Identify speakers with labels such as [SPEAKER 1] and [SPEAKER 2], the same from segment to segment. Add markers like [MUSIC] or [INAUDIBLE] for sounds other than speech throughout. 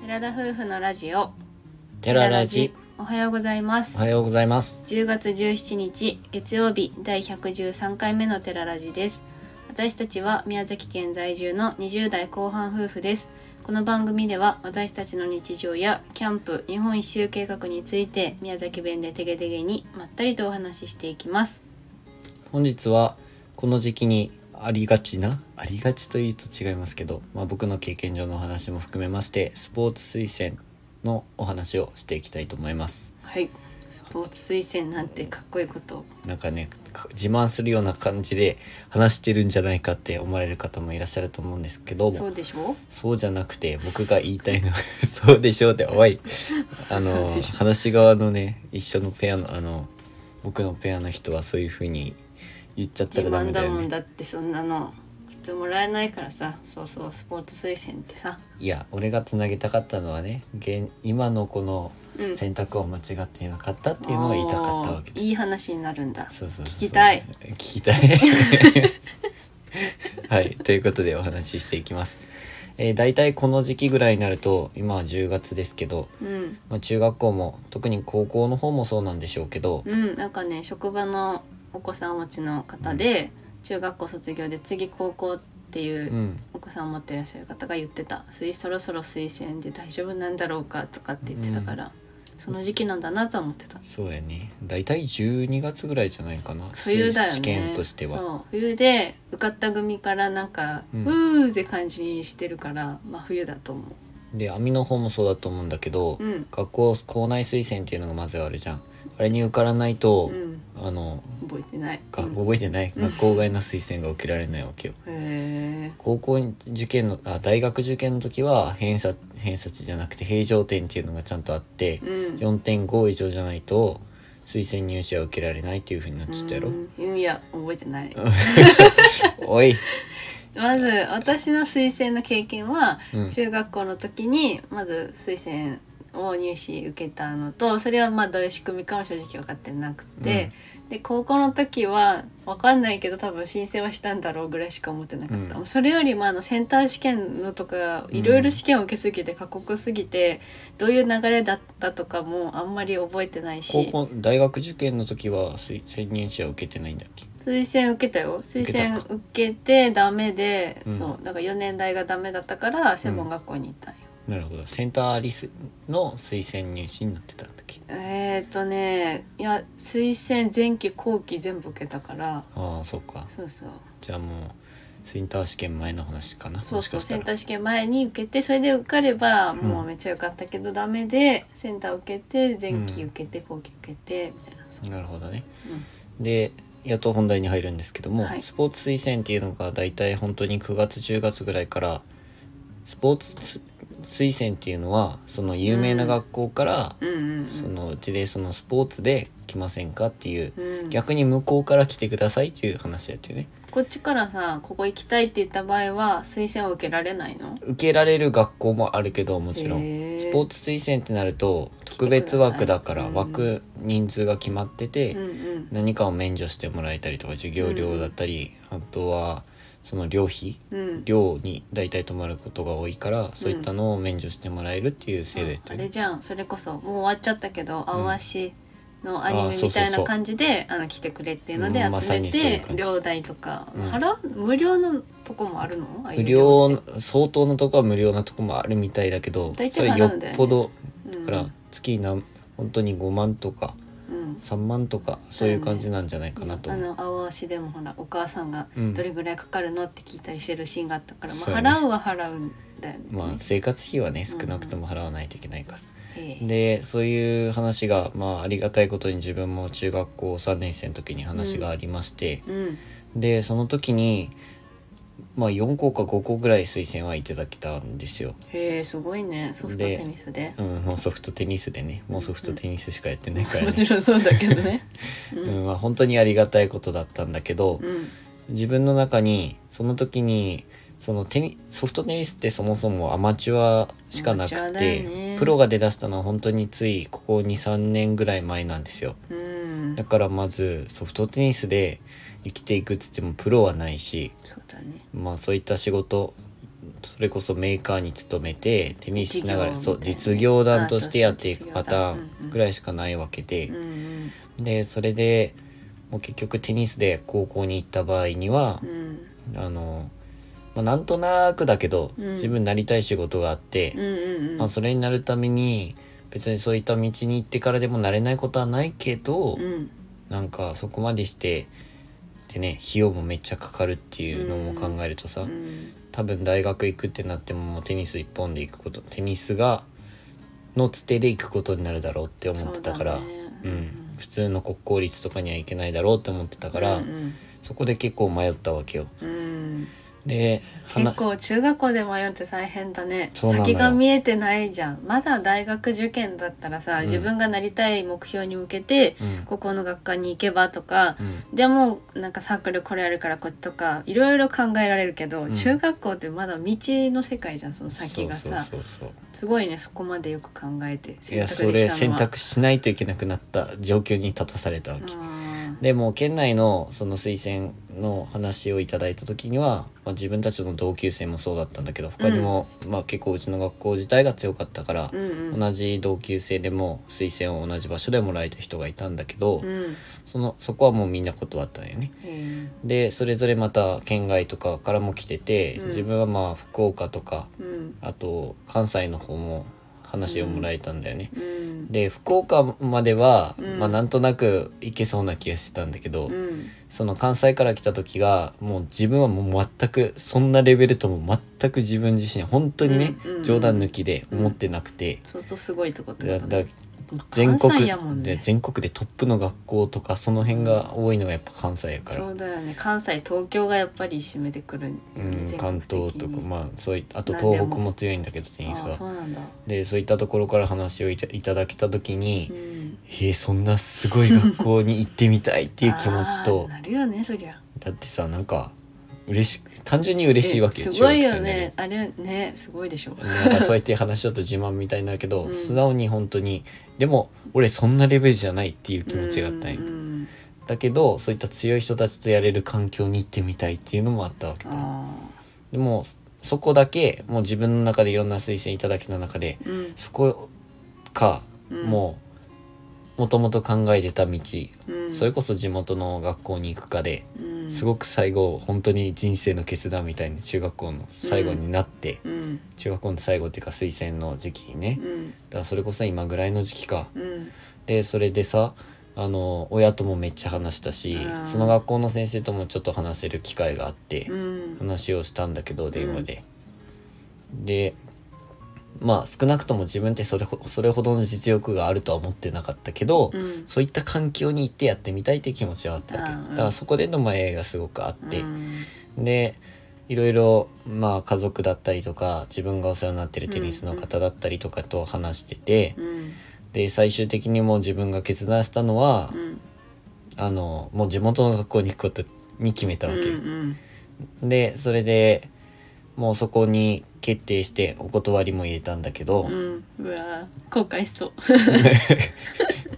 [SPEAKER 1] 寺田夫婦のラジオ
[SPEAKER 2] テララジ
[SPEAKER 1] おはようございま
[SPEAKER 2] お
[SPEAKER 1] す
[SPEAKER 2] はようございます
[SPEAKER 1] 10月17日月曜日第113回目のテララジです私たちは宮崎県在住の20代後半夫婦ですこの番組では私たちの日常やキャンプ日本一周計画について宮崎弁でテゲテゲにまったりとお話ししていきます
[SPEAKER 2] 本日はこの時期にありがちなありがちというと違いますけど、まあ、僕の経験上のお話も含めましてスポーツ推薦のお話をしていきたいと思います
[SPEAKER 1] はいスポーツ推薦なんてかっこいいことを
[SPEAKER 2] なんかねか自慢するような感じで話してるんじゃないかって思われる方もいらっしゃると思うんですけども
[SPEAKER 1] そうでしょ
[SPEAKER 2] そうじゃなくて僕が言いたいのは [LAUGHS] そうでしょうっておいあの
[SPEAKER 1] そうでしょ
[SPEAKER 2] 話し側のね一緒のペアのあの僕のペアの人はそういう風に言っちゃった
[SPEAKER 1] 自
[SPEAKER 2] らダ
[SPEAKER 1] 慢
[SPEAKER 2] メだ
[SPEAKER 1] だ
[SPEAKER 2] よ
[SPEAKER 1] もん
[SPEAKER 2] ね
[SPEAKER 1] だってそんなの普通もらえないからさそうそうスポーツ推薦ってさ
[SPEAKER 2] いや俺がつなげたかったのはね現今のこの
[SPEAKER 1] うん
[SPEAKER 2] 選択を間違っていなかったっていうのを言いたかったわけ
[SPEAKER 1] あー
[SPEAKER 2] です、
[SPEAKER 1] いい話になるんだ
[SPEAKER 2] そうそうそう
[SPEAKER 1] 聞きたい
[SPEAKER 2] 聞きたい [LAUGHS] はいということでお話ししていきますえー、大体この時期ぐらいになると今は10月ですけど
[SPEAKER 1] うん
[SPEAKER 2] まあ、中学校も特に高校の方もそうなんでしょうけど、
[SPEAKER 1] うんなんかね職場のお子さんをお持ちの方で、中学校卒業で次高校っていううんお子さんを持ってらっしゃる方が言ってた「推そろそろ推薦で大丈夫なんだろうか」とかって言ってたから、その時期なんだなとは思ってた
[SPEAKER 2] そうやね大体12月ぐらいじゃないかな
[SPEAKER 1] 冬だよね
[SPEAKER 2] 試験としては
[SPEAKER 1] そう冬で受かった組からなんか、
[SPEAKER 2] う
[SPEAKER 1] うんーって感じにしてるからまあ冬だと思
[SPEAKER 2] で網の方もそうだと思うんだけど、
[SPEAKER 1] ううん
[SPEAKER 2] 学校校内推薦っていうのがまずあるじゃんあれに受からないと
[SPEAKER 1] う、ん
[SPEAKER 2] あの
[SPEAKER 1] 覚えてない、
[SPEAKER 2] が
[SPEAKER 1] うん
[SPEAKER 2] 覚えてない、学校外の推薦が受けられないわけよ
[SPEAKER 1] へえ
[SPEAKER 2] 高校受験のあ大学受験の時は偏差偏差値じゃなくて平常点っていうのがちゃんとあって、
[SPEAKER 1] うん
[SPEAKER 2] 4.5以上じゃないと推薦入試は受けられないっていうふうになっちゃったやろ、
[SPEAKER 1] うんいや覚えてない [LAUGHS]
[SPEAKER 2] おい、
[SPEAKER 1] まず私の推薦の経験は、
[SPEAKER 2] うん
[SPEAKER 1] 中学校の時にまず推薦を入試受けたのとそれはまあどういう仕組みかも正直分かってなくて、で高校の時は分かんないけど多分申請はしたんだろうぐらいしか思ってなかった、
[SPEAKER 2] うん
[SPEAKER 1] それよりもあのセンター試験のとかいろいろ試験を受けすぎて過酷すぎて、どういう流れだったとかもあんまり覚えてないし
[SPEAKER 2] 高校大学受験の時は推薦入試は受けてないんだっけ
[SPEAKER 1] 推薦受けたよ推
[SPEAKER 2] けた
[SPEAKER 1] 薦受けてダメで、
[SPEAKER 2] うん
[SPEAKER 1] そうだから4年代がダメだったから専門学校に行ったんよ、
[SPEAKER 2] なるほどセンターリスの推薦入試になってたんだっけ
[SPEAKER 1] えー、っとねいや推薦前期後期全部受けたから
[SPEAKER 2] ああそっか
[SPEAKER 1] そうそう
[SPEAKER 2] じゃあもうセンター試験前の話かな
[SPEAKER 1] そうそう
[SPEAKER 2] もしか
[SPEAKER 1] セン
[SPEAKER 2] した
[SPEAKER 1] タ
[SPEAKER 2] ら
[SPEAKER 1] ー試験前に受けてそれで受かればもうめっちゃ良かったけど、ダメでセンター受けて前期受けて後期受けてみたいなそう、
[SPEAKER 2] なるほどね
[SPEAKER 1] うん
[SPEAKER 2] でやっと本題に入るんですけども、
[SPEAKER 1] はい
[SPEAKER 2] スポーツ推薦っていうのが大体本当に9月10月ぐらいからスポーツつ推薦っていうのはその有名な学校から、
[SPEAKER 1] うんうん
[SPEAKER 2] そのうちでそのスポーツで来ませんかっていう
[SPEAKER 1] うんうん
[SPEAKER 2] 逆に向こうから来てくださいっていう話やってね
[SPEAKER 1] こっちからさここ行きたいって言った場合は推薦を受けられないの
[SPEAKER 2] 受けられる学校もあるけどもちろん
[SPEAKER 1] へー
[SPEAKER 2] スポーツ推薦ってなると特別枠だから
[SPEAKER 1] 来てください
[SPEAKER 2] 枠人数が決まって
[SPEAKER 1] うん
[SPEAKER 2] て
[SPEAKER 1] うん
[SPEAKER 2] 何かを免除してもらえたりとか授業料だったりあとはその寮費
[SPEAKER 1] うん
[SPEAKER 2] 寮に大体泊まることが多いからそういったのを免除してもらえるっていう制度やっ
[SPEAKER 1] あ
[SPEAKER 2] て
[SPEAKER 1] あ
[SPEAKER 2] る
[SPEAKER 1] れじゃんそれこそもう終わっちゃったけど「
[SPEAKER 2] ん
[SPEAKER 1] 青足」のアニ
[SPEAKER 2] あ
[SPEAKER 1] メ
[SPEAKER 2] そう
[SPEAKER 1] み
[SPEAKER 2] そう
[SPEAKER 1] た
[SPEAKER 2] そう
[SPEAKER 1] いな感じであの来てくれっていうので
[SPEAKER 2] うんま
[SPEAKER 1] 集
[SPEAKER 2] さ
[SPEAKER 1] め
[SPEAKER 2] にそういう
[SPEAKER 1] て、
[SPEAKER 2] 感じ
[SPEAKER 1] 寮代とか、
[SPEAKER 2] うん
[SPEAKER 1] 払う無料のとこもあるのああいう
[SPEAKER 2] 無
[SPEAKER 1] 寮
[SPEAKER 2] 料
[SPEAKER 1] って
[SPEAKER 2] の相当のとこは無料なとこもあるみたいだけど
[SPEAKER 1] 大
[SPEAKER 2] そ
[SPEAKER 1] 体
[SPEAKER 2] れ
[SPEAKER 1] 払うんだよ
[SPEAKER 2] よっ
[SPEAKER 1] ね
[SPEAKER 2] ぽど
[SPEAKER 1] うん
[SPEAKER 2] だから月何本当に5万とか
[SPEAKER 1] うん
[SPEAKER 2] 3万とかそういう感じなんじゃないかなと
[SPEAKER 1] あ
[SPEAKER 2] 思う。
[SPEAKER 1] の青足でもほらお母さんが
[SPEAKER 2] うん
[SPEAKER 1] どれぐらいかかるのって聞いたりしてるシーンがあったから、まあ、
[SPEAKER 2] そうやね
[SPEAKER 1] 払うは払うんだよね。
[SPEAKER 2] まあ生活費はね少なくとも払わないといけないから。
[SPEAKER 1] ええ
[SPEAKER 2] でそういう話がまあありがたいことに自分も中学校3年生の時に話がありまして、
[SPEAKER 1] うん
[SPEAKER 2] でその時にまあ4校か5校ぐらい推薦はいただけたんですよ。
[SPEAKER 1] へえすごいねソフト
[SPEAKER 2] で
[SPEAKER 1] テニスで。
[SPEAKER 2] うん、もうソフトテニスでねもうソフトテニスしかやってないから
[SPEAKER 1] [LAUGHS] も
[SPEAKER 2] ね、
[SPEAKER 1] ちろんそうだけど
[SPEAKER 2] [LAUGHS]
[SPEAKER 1] ね。
[SPEAKER 2] うんまあ、本当にありがたいことだったんだけど、
[SPEAKER 1] うん
[SPEAKER 2] 自分の中にその時にそのテニソフトテニスってそもそもアマチュアしか
[SPEAKER 1] ア
[SPEAKER 2] な
[SPEAKER 1] マチュ
[SPEAKER 2] く
[SPEAKER 1] アだ
[SPEAKER 2] て、
[SPEAKER 1] よね
[SPEAKER 2] プロが出だしたのは本当についここ23年ぐらい前なんですよ
[SPEAKER 1] うん
[SPEAKER 2] だからまずソフトテニスで生きていくっつってもプロはないし
[SPEAKER 1] そうだね。
[SPEAKER 2] まあそういった仕事それこそメーカーに勤めて手見しながら
[SPEAKER 1] 実業
[SPEAKER 2] そう
[SPEAKER 1] みたいな
[SPEAKER 2] 実業
[SPEAKER 1] あ
[SPEAKER 2] 団
[SPEAKER 1] あそう
[SPEAKER 2] としてやってい
[SPEAKER 1] そう
[SPEAKER 2] く
[SPEAKER 1] 実業
[SPEAKER 2] パ
[SPEAKER 1] 団
[SPEAKER 2] ターンぐらいしかないわけで
[SPEAKER 1] うん、うん
[SPEAKER 2] でそれでもう結局テニスで高校に行った場合には
[SPEAKER 1] う、ん
[SPEAKER 2] あの、まあ、なんとなくだけど、
[SPEAKER 1] うん
[SPEAKER 2] 自分なりたい仕事があって、
[SPEAKER 1] うんうんうん
[SPEAKER 2] まあ、それになるために別にそういった道に行ってからでもなれないことはないけど、
[SPEAKER 1] うん
[SPEAKER 2] なんかそこまでしてでね費用もめっちゃかかるっていうのも考えるとさ、
[SPEAKER 1] うん
[SPEAKER 2] 多分大学行くってなってももうテニス一本で行くことテニスがのつてで行くことになるだろうって思ってたから
[SPEAKER 1] そうだね
[SPEAKER 2] うん、普通の国公立とかには行けないだろうって思ってたから、
[SPEAKER 1] うん
[SPEAKER 2] そこで結構迷ったわけよ。
[SPEAKER 1] うんうん
[SPEAKER 2] で花
[SPEAKER 1] 結構中学校で迷って大変だね
[SPEAKER 2] そうなのよ
[SPEAKER 1] 先が見えてないじゃんまだ大学受験だったらさ、
[SPEAKER 2] うん
[SPEAKER 1] 自分がなりたい目標に向けて
[SPEAKER 2] うん
[SPEAKER 1] ここの学科に行けばとか
[SPEAKER 2] うん
[SPEAKER 1] でもなんかサークルこれあるからこっちとかいろいろ考えられるけど、
[SPEAKER 2] うん
[SPEAKER 1] 中学校ってまだ道の世界じゃんその先がさ
[SPEAKER 2] そうそうそう
[SPEAKER 1] すごいねそこまでよく考えて
[SPEAKER 2] そういやそ
[SPEAKER 1] で
[SPEAKER 2] れ
[SPEAKER 1] きたの
[SPEAKER 2] 選
[SPEAKER 1] は
[SPEAKER 2] 択しないといけなくなった状況に立たされたわけ、
[SPEAKER 1] うん
[SPEAKER 2] でも県内のその推薦の話をいただいた時には、まあ、自分たちの同級生もそうだったんだけど他にも、まあ、結構うちの学校自体が強かったから、
[SPEAKER 1] うん
[SPEAKER 2] 同じ同級生でも推薦を同じ場所でもらえた人がいたんだけど、
[SPEAKER 1] うんうん
[SPEAKER 2] そのそこはもうみんな断ったんだよね。
[SPEAKER 1] へ
[SPEAKER 2] でそれぞれまた県外とかからも来てて、
[SPEAKER 1] うん
[SPEAKER 2] 自分はまあ福岡とか
[SPEAKER 1] えうん
[SPEAKER 2] あと関西の方も話をもらえたんだよね。
[SPEAKER 1] うん
[SPEAKER 2] で福岡までは、
[SPEAKER 1] うん
[SPEAKER 2] まあなんとなく行けそうな気がしてたんだけど、
[SPEAKER 1] うん
[SPEAKER 2] その関西から来た時がもう自分はもう全くそんなレベルとも全く自分自身本当にね、
[SPEAKER 1] うんうんうん
[SPEAKER 2] 冗談抜きで思ってなくて、
[SPEAKER 1] 相当すごいとこって
[SPEAKER 2] だ
[SPEAKER 1] ことだ
[SPEAKER 2] だ
[SPEAKER 1] ね
[SPEAKER 2] 全
[SPEAKER 1] 関西
[SPEAKER 2] 国
[SPEAKER 1] やもん
[SPEAKER 2] で
[SPEAKER 1] ね
[SPEAKER 2] 全国でトップの学校とかその辺が多いのがやっぱ関西やから。
[SPEAKER 1] そうだよね関西東京がやっぱり占めてくるよね、
[SPEAKER 2] うん、
[SPEAKER 1] 全
[SPEAKER 2] 関
[SPEAKER 1] 国的に
[SPEAKER 2] 東とかまあそういあと
[SPEAKER 1] なんでも
[SPEAKER 2] 東北も強いんだけどテニス
[SPEAKER 1] ああそ
[SPEAKER 2] は
[SPEAKER 1] うなんだ、
[SPEAKER 2] でそういったところから話をいたいただけた時に、
[SPEAKER 1] うん、
[SPEAKER 2] えーそんなすごい学校に行ってみたいっていう気持ち
[SPEAKER 1] [LAUGHS] ああ
[SPEAKER 2] と
[SPEAKER 1] なるよねそりゃ
[SPEAKER 2] だってさなんか嬉しく単純に嬉しいわけ
[SPEAKER 1] えすごいよ
[SPEAKER 2] 中学生で
[SPEAKER 1] ねあれねすごいでしょ
[SPEAKER 2] もなんかそうやって話しちゃうと自慢みたいになるけど、
[SPEAKER 1] うん
[SPEAKER 2] 素直に本当にでも俺そんなレベルじゃないっていう気持ちがあったんよ
[SPEAKER 1] うんうん
[SPEAKER 2] だけどそういった強い人たちとやれる環境に行ってみたいっていうのもあったわけだ
[SPEAKER 1] あ
[SPEAKER 2] でもそこだけもう自分の中でいろんな推薦いただけた中で
[SPEAKER 1] あうん
[SPEAKER 2] そこか、
[SPEAKER 1] うん
[SPEAKER 2] もうもともと考えてた道
[SPEAKER 1] うん
[SPEAKER 2] それこそ地元の学校に行くかで、
[SPEAKER 1] うん
[SPEAKER 2] すごく最後本当に人生の決断みたいに中学校の最後になって、
[SPEAKER 1] うん
[SPEAKER 2] 中学校の最後っていうか推薦の時期にね、だ
[SPEAKER 1] うん
[SPEAKER 2] からそれこそ今ぐらいの時期か
[SPEAKER 1] うん
[SPEAKER 2] でそれでさあの親ともめっちゃ話したし、
[SPEAKER 1] うん
[SPEAKER 2] その学校の先生ともちょっと話せる機会があって、
[SPEAKER 1] うん
[SPEAKER 2] 話をしたんだけど電話で、でまあ少なくとも自分ってそれほそれほどの実力があるとは思ってなかったけど、
[SPEAKER 1] うん
[SPEAKER 2] そういった環境に行ってやってみたいっていう気持ちはあったわけ、
[SPEAKER 1] うんうん
[SPEAKER 2] だからそこでの迷いがすごくあって
[SPEAKER 1] う、ん
[SPEAKER 2] でいろいろまあ家族だったりとか自分がお世話になってるテニスの方だったりとかと話してて、
[SPEAKER 1] うん
[SPEAKER 2] で最終的にもう自分が決断したのは、
[SPEAKER 1] うん
[SPEAKER 2] あのもう地元の学校に行くことに決めたわけ、
[SPEAKER 1] うん
[SPEAKER 2] でそれでもうそこに決定してお断りも入れたんだけど、
[SPEAKER 1] うんうんうわー後悔しそう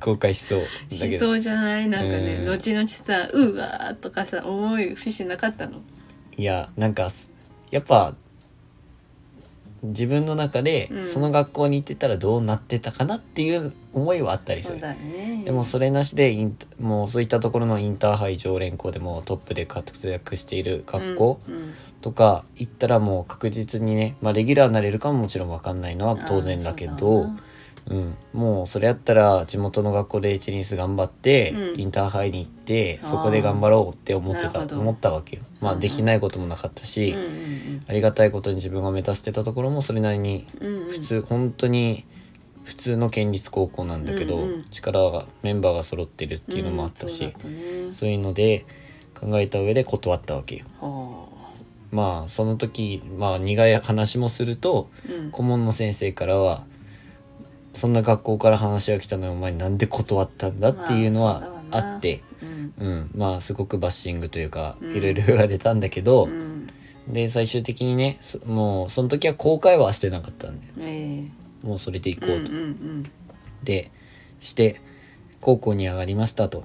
[SPEAKER 2] 後悔しそうだけ
[SPEAKER 1] し
[SPEAKER 2] ど
[SPEAKER 1] そうじゃないなんかね、
[SPEAKER 2] うん
[SPEAKER 1] 後々さ「うわ」とかさ思い節なかったの
[SPEAKER 2] いやなんかすやっぱ自分の中で
[SPEAKER 1] うん
[SPEAKER 2] その学校に行ってたらどうなってたかなっていう思いはあったりす
[SPEAKER 1] そう
[SPEAKER 2] る。
[SPEAKER 1] だね
[SPEAKER 2] でもそれなしでインタもうそういったところのインターハイ常連校でもトップで活躍している学校
[SPEAKER 1] うん
[SPEAKER 2] とか行ったらもう確実にね、まあ、レギュラーになれるかももちろん分かんないのは当然だけ
[SPEAKER 1] あーそう
[SPEAKER 2] ど
[SPEAKER 1] だな
[SPEAKER 2] うん、もうそれやったら地元の学校でテニス頑張って、
[SPEAKER 1] うん
[SPEAKER 2] インターハイに行って
[SPEAKER 1] あー
[SPEAKER 2] そこで頑張ろうって思って
[SPEAKER 1] なる
[SPEAKER 2] た
[SPEAKER 1] ほど
[SPEAKER 2] 思ったわけよ。ま
[SPEAKER 1] う
[SPEAKER 2] あ
[SPEAKER 1] んうん
[SPEAKER 2] できないこともなかったし、
[SPEAKER 1] うんうん
[SPEAKER 2] ありがたいことに自分が目指してたところもそれなりに
[SPEAKER 1] うんうん
[SPEAKER 2] 普通、本当に普通の県立高校なんだけど、
[SPEAKER 1] うんうん
[SPEAKER 2] 力がメンバーが揃ってるっていうのもあったし、
[SPEAKER 1] うんそうだったね
[SPEAKER 2] そういうので考えた上で断ったわけよ。
[SPEAKER 1] は
[SPEAKER 2] まあその時、まあ、苦い話もすると
[SPEAKER 1] あうん
[SPEAKER 2] 顧問の先生からは「そんな学校から話が来たのにお前なんで断ったんだ」っていうの
[SPEAKER 1] まあそう
[SPEAKER 2] は
[SPEAKER 1] だわな
[SPEAKER 2] あって、
[SPEAKER 1] うん
[SPEAKER 2] うん、まあすごくバッシングというか
[SPEAKER 1] うん
[SPEAKER 2] いろいろ言われたんだけど
[SPEAKER 1] う、ん
[SPEAKER 2] で最終的にねそもうその時は後悔はしてなかったんだよ
[SPEAKER 1] え
[SPEAKER 2] もうそれで行
[SPEAKER 1] え
[SPEAKER 2] こうと。
[SPEAKER 1] うんうん
[SPEAKER 2] でして高校に上がりましたと。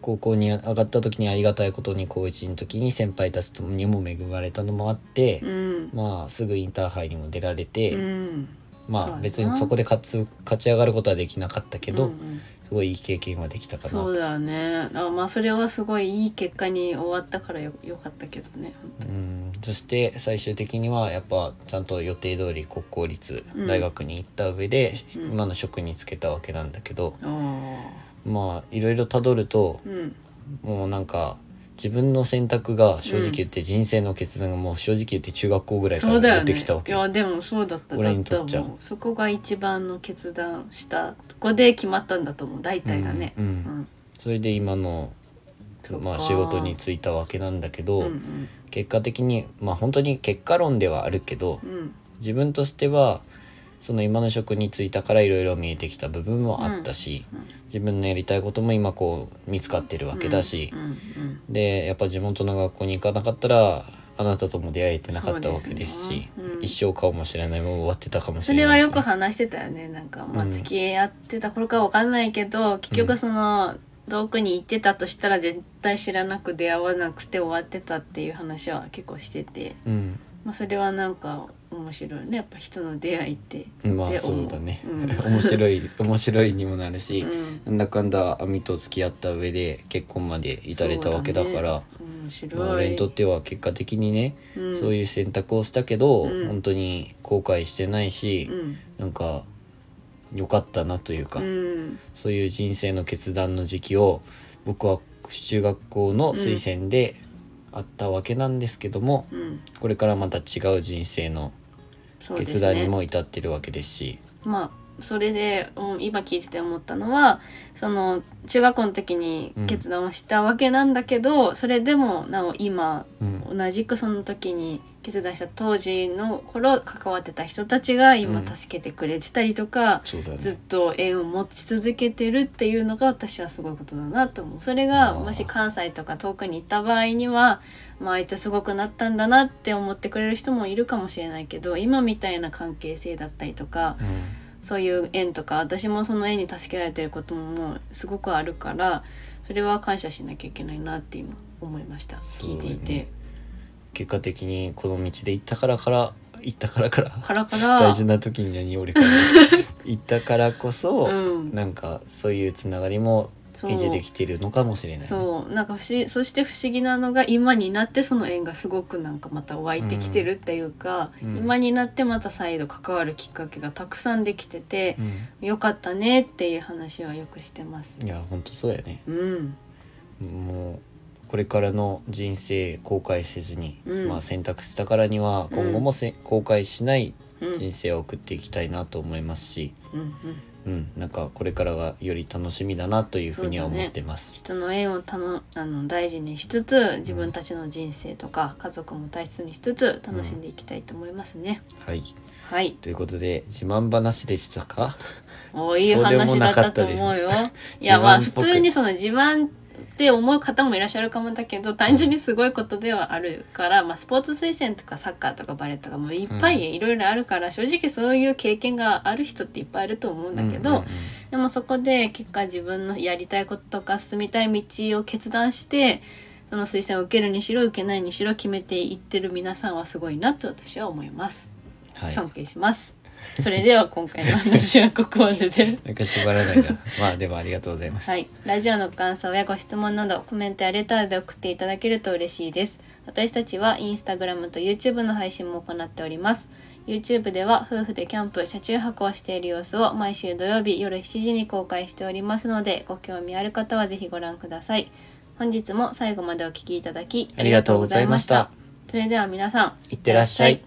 [SPEAKER 2] 高校に上がった時にありがたいことに高1の時に先輩たちとにも恵まれたのもあって、
[SPEAKER 1] うん
[SPEAKER 2] まあすぐインターハイにも出られて、
[SPEAKER 1] うんそう
[SPEAKER 2] ま
[SPEAKER 1] や
[SPEAKER 2] あ
[SPEAKER 1] な
[SPEAKER 2] 別にそこで勝つ勝ち上がることはできなかったけど、
[SPEAKER 1] うんうん
[SPEAKER 2] すごいいい経験はできたかな
[SPEAKER 1] そうだよねあまあそれはすごいいい結果に終わったからよよかったけどね
[SPEAKER 2] うんそして最終的にはやっぱちゃんと予定通り国公立
[SPEAKER 1] うん
[SPEAKER 2] 大学に行った上で、
[SPEAKER 1] うん
[SPEAKER 2] 今の職に就けたわけなんだけど、
[SPEAKER 1] ああ
[SPEAKER 2] まあいろいろたどると
[SPEAKER 1] うん
[SPEAKER 2] もうなんか自分の選択が正直言って人生の決断がもう正直言って中学校ぐらいか
[SPEAKER 1] そうだ
[SPEAKER 2] ら
[SPEAKER 1] よ
[SPEAKER 2] 出て
[SPEAKER 1] ね
[SPEAKER 2] きたわけ
[SPEAKER 1] いやでもそうだった
[SPEAKER 2] 俺にとっちゃ
[SPEAKER 1] だもうそこが一番の決断したとこで決まったんだと思う大体がね
[SPEAKER 2] うんうん
[SPEAKER 1] ん
[SPEAKER 2] それで今の、
[SPEAKER 1] そうか
[SPEAKER 2] まあ、仕事に就いたわけなんだけど、
[SPEAKER 1] うんうん
[SPEAKER 2] 結果的にまあ本当に結果論ではあるけど
[SPEAKER 1] うん
[SPEAKER 2] 自分としてはその今の職に就いたからいろいろ見えてきた部分もあったし、
[SPEAKER 1] うんうん
[SPEAKER 2] 自分のやりたいことも今こう見つかってるわけだし
[SPEAKER 1] うん、うん
[SPEAKER 2] でやっぱ地元の学校に行かなかったらあなたとも出会えてなかったわ
[SPEAKER 1] そ
[SPEAKER 2] け
[SPEAKER 1] う
[SPEAKER 2] で
[SPEAKER 1] です
[SPEAKER 2] す
[SPEAKER 1] ね
[SPEAKER 2] し
[SPEAKER 1] うん
[SPEAKER 2] 一生顔も知らないまま終わってたかもし
[SPEAKER 1] そ
[SPEAKER 2] れ
[SPEAKER 1] れ
[SPEAKER 2] な
[SPEAKER 1] はい
[SPEAKER 2] し
[SPEAKER 1] よく話してたよねなんか、まあ、
[SPEAKER 2] うん
[SPEAKER 1] 付き合ってた頃かわかんないけど、結局その遠くに行ってたとしたら絶対知らなく出会わなくて終わってたっていう話は結構してて、
[SPEAKER 2] うん
[SPEAKER 1] まあ、それはなんか面白いねやっぱ人の出会いって。
[SPEAKER 2] ま
[SPEAKER 1] っ
[SPEAKER 2] あ
[SPEAKER 1] て思
[SPEAKER 2] そうだね、
[SPEAKER 1] うん
[SPEAKER 2] [LAUGHS] 面白い面白いにもなる
[SPEAKER 1] う
[SPEAKER 2] し、
[SPEAKER 1] ん
[SPEAKER 2] なんだかんだ網と付き合った上で結婚まで至れたわけだか
[SPEAKER 1] そう
[SPEAKER 2] ら
[SPEAKER 1] だね面
[SPEAKER 2] まあ
[SPEAKER 1] 白
[SPEAKER 2] 俺に
[SPEAKER 1] い、
[SPEAKER 2] とっては結果的にね、
[SPEAKER 1] うん
[SPEAKER 2] そういう選択をしたけど、
[SPEAKER 1] うん
[SPEAKER 2] 本当に後悔してないし、
[SPEAKER 1] うん
[SPEAKER 2] なんか良かったなというか、
[SPEAKER 1] うん
[SPEAKER 2] そういう人生の決断の時期を僕は中学校の推薦であったわけなんですけども、
[SPEAKER 1] うん
[SPEAKER 2] これからまた違う人生の
[SPEAKER 1] そうです
[SPEAKER 2] 決
[SPEAKER 1] ね
[SPEAKER 2] 断にも至ってるわけですし。
[SPEAKER 1] まあそれで、うん、今聞いてて思ったのはその中学校の時に決断をしたわけなんだけど、それでもなお今
[SPEAKER 2] うん
[SPEAKER 1] 同じくその時に決断した当時の頃関わってた人たちが今
[SPEAKER 2] うん
[SPEAKER 1] 助けてくれてたりとか、
[SPEAKER 2] そうだよね
[SPEAKER 1] ずっと縁を持ち続けてるっていうのが私はすごいことだなと思うそれが
[SPEAKER 2] あー
[SPEAKER 1] もし関西とか遠くに行った場合には、まあ、あいつすごくなったんだなって思ってくれる人もいるかもしれないけど今みたいな関係性だったりとか、そういう縁とか私もその縁に助けられてることももうすごくあるからそれは感謝しなきゃいけないなって今思いました
[SPEAKER 2] そ
[SPEAKER 1] 聞い
[SPEAKER 2] うだ
[SPEAKER 1] て
[SPEAKER 2] よね
[SPEAKER 1] いて。
[SPEAKER 2] 結果的にこの道で行ったからから行ったからから
[SPEAKER 1] カラカラ
[SPEAKER 2] 大事な時に何俺から
[SPEAKER 1] [LAUGHS]
[SPEAKER 2] 行ったからこそ、
[SPEAKER 1] うん
[SPEAKER 2] なんかそういうつながりも
[SPEAKER 1] そう
[SPEAKER 2] 維持できてるのかもしれないね、
[SPEAKER 1] そうなんか不思議そして不思議なのが今になってその縁がすごくなんかまた湧いてきてるっていうか、
[SPEAKER 2] うん
[SPEAKER 1] 今になってまた再度関わるきっかけがたくさんできてて、
[SPEAKER 2] う
[SPEAKER 1] よかったねっていう話はよくしてます
[SPEAKER 2] ん、。いや本当そうやね
[SPEAKER 1] うん、
[SPEAKER 2] もうこれからの人生後悔せずに、
[SPEAKER 1] うん
[SPEAKER 2] まあ、選択したからには今後もせ、後悔しない
[SPEAKER 1] うん、うん
[SPEAKER 2] 人生を送っていきたいなと思いますし、
[SPEAKER 1] うん
[SPEAKER 2] うん、なんかこれからがより楽しみだなというふうには思ってます。
[SPEAKER 1] 人の縁をたのあの大事にしつつ自分たちの人生とか家族も大切にしつつ楽しんでいきたいと思いますね。
[SPEAKER 2] はい
[SPEAKER 1] はい
[SPEAKER 2] ということで自慢話でしたか
[SPEAKER 1] おいい
[SPEAKER 2] そうでも
[SPEAKER 1] 話だ
[SPEAKER 2] な
[SPEAKER 1] っ
[SPEAKER 2] かったた
[SPEAKER 1] と
[SPEAKER 2] です
[SPEAKER 1] 思うよ。いやまあ
[SPEAKER 2] 自
[SPEAKER 1] 普
[SPEAKER 2] 慢っぽく
[SPEAKER 1] 通にその自慢って思う方もいらっしゃるかもだけど単純にすごいことではあるから、まあ、スポーツ推薦とかサッカーとかバレーとかもういっぱいいろいろあるから、正直そういう経験がある人っていっぱいいると思うんだけど、
[SPEAKER 2] うんうんうん
[SPEAKER 1] でもそこで結果自分のやりたいこととか進みたい道を決断してその推薦を受けるにしろ受けないにしろ決めていってる皆さんはすごいなと私は思います。
[SPEAKER 2] はい、
[SPEAKER 1] 尊敬します。それでは今回の話はここまでです。
[SPEAKER 2] なんか縛らないな。まあでもありがとうございました。
[SPEAKER 1] はい、ラジオの感想やご質問などコメントやレターで送っていただけると嬉しいです私たちはインスタグラムと YouTube の配信も行っております YouTube では夫婦でキャンプ車中泊をしている様子を毎週土曜日夜7時に公開しておりますのでご興味ある方はぜひご覧ください本日も最後までお聞きいただき
[SPEAKER 2] ありがとうございました
[SPEAKER 1] それでは皆さん
[SPEAKER 2] いってらっしゃい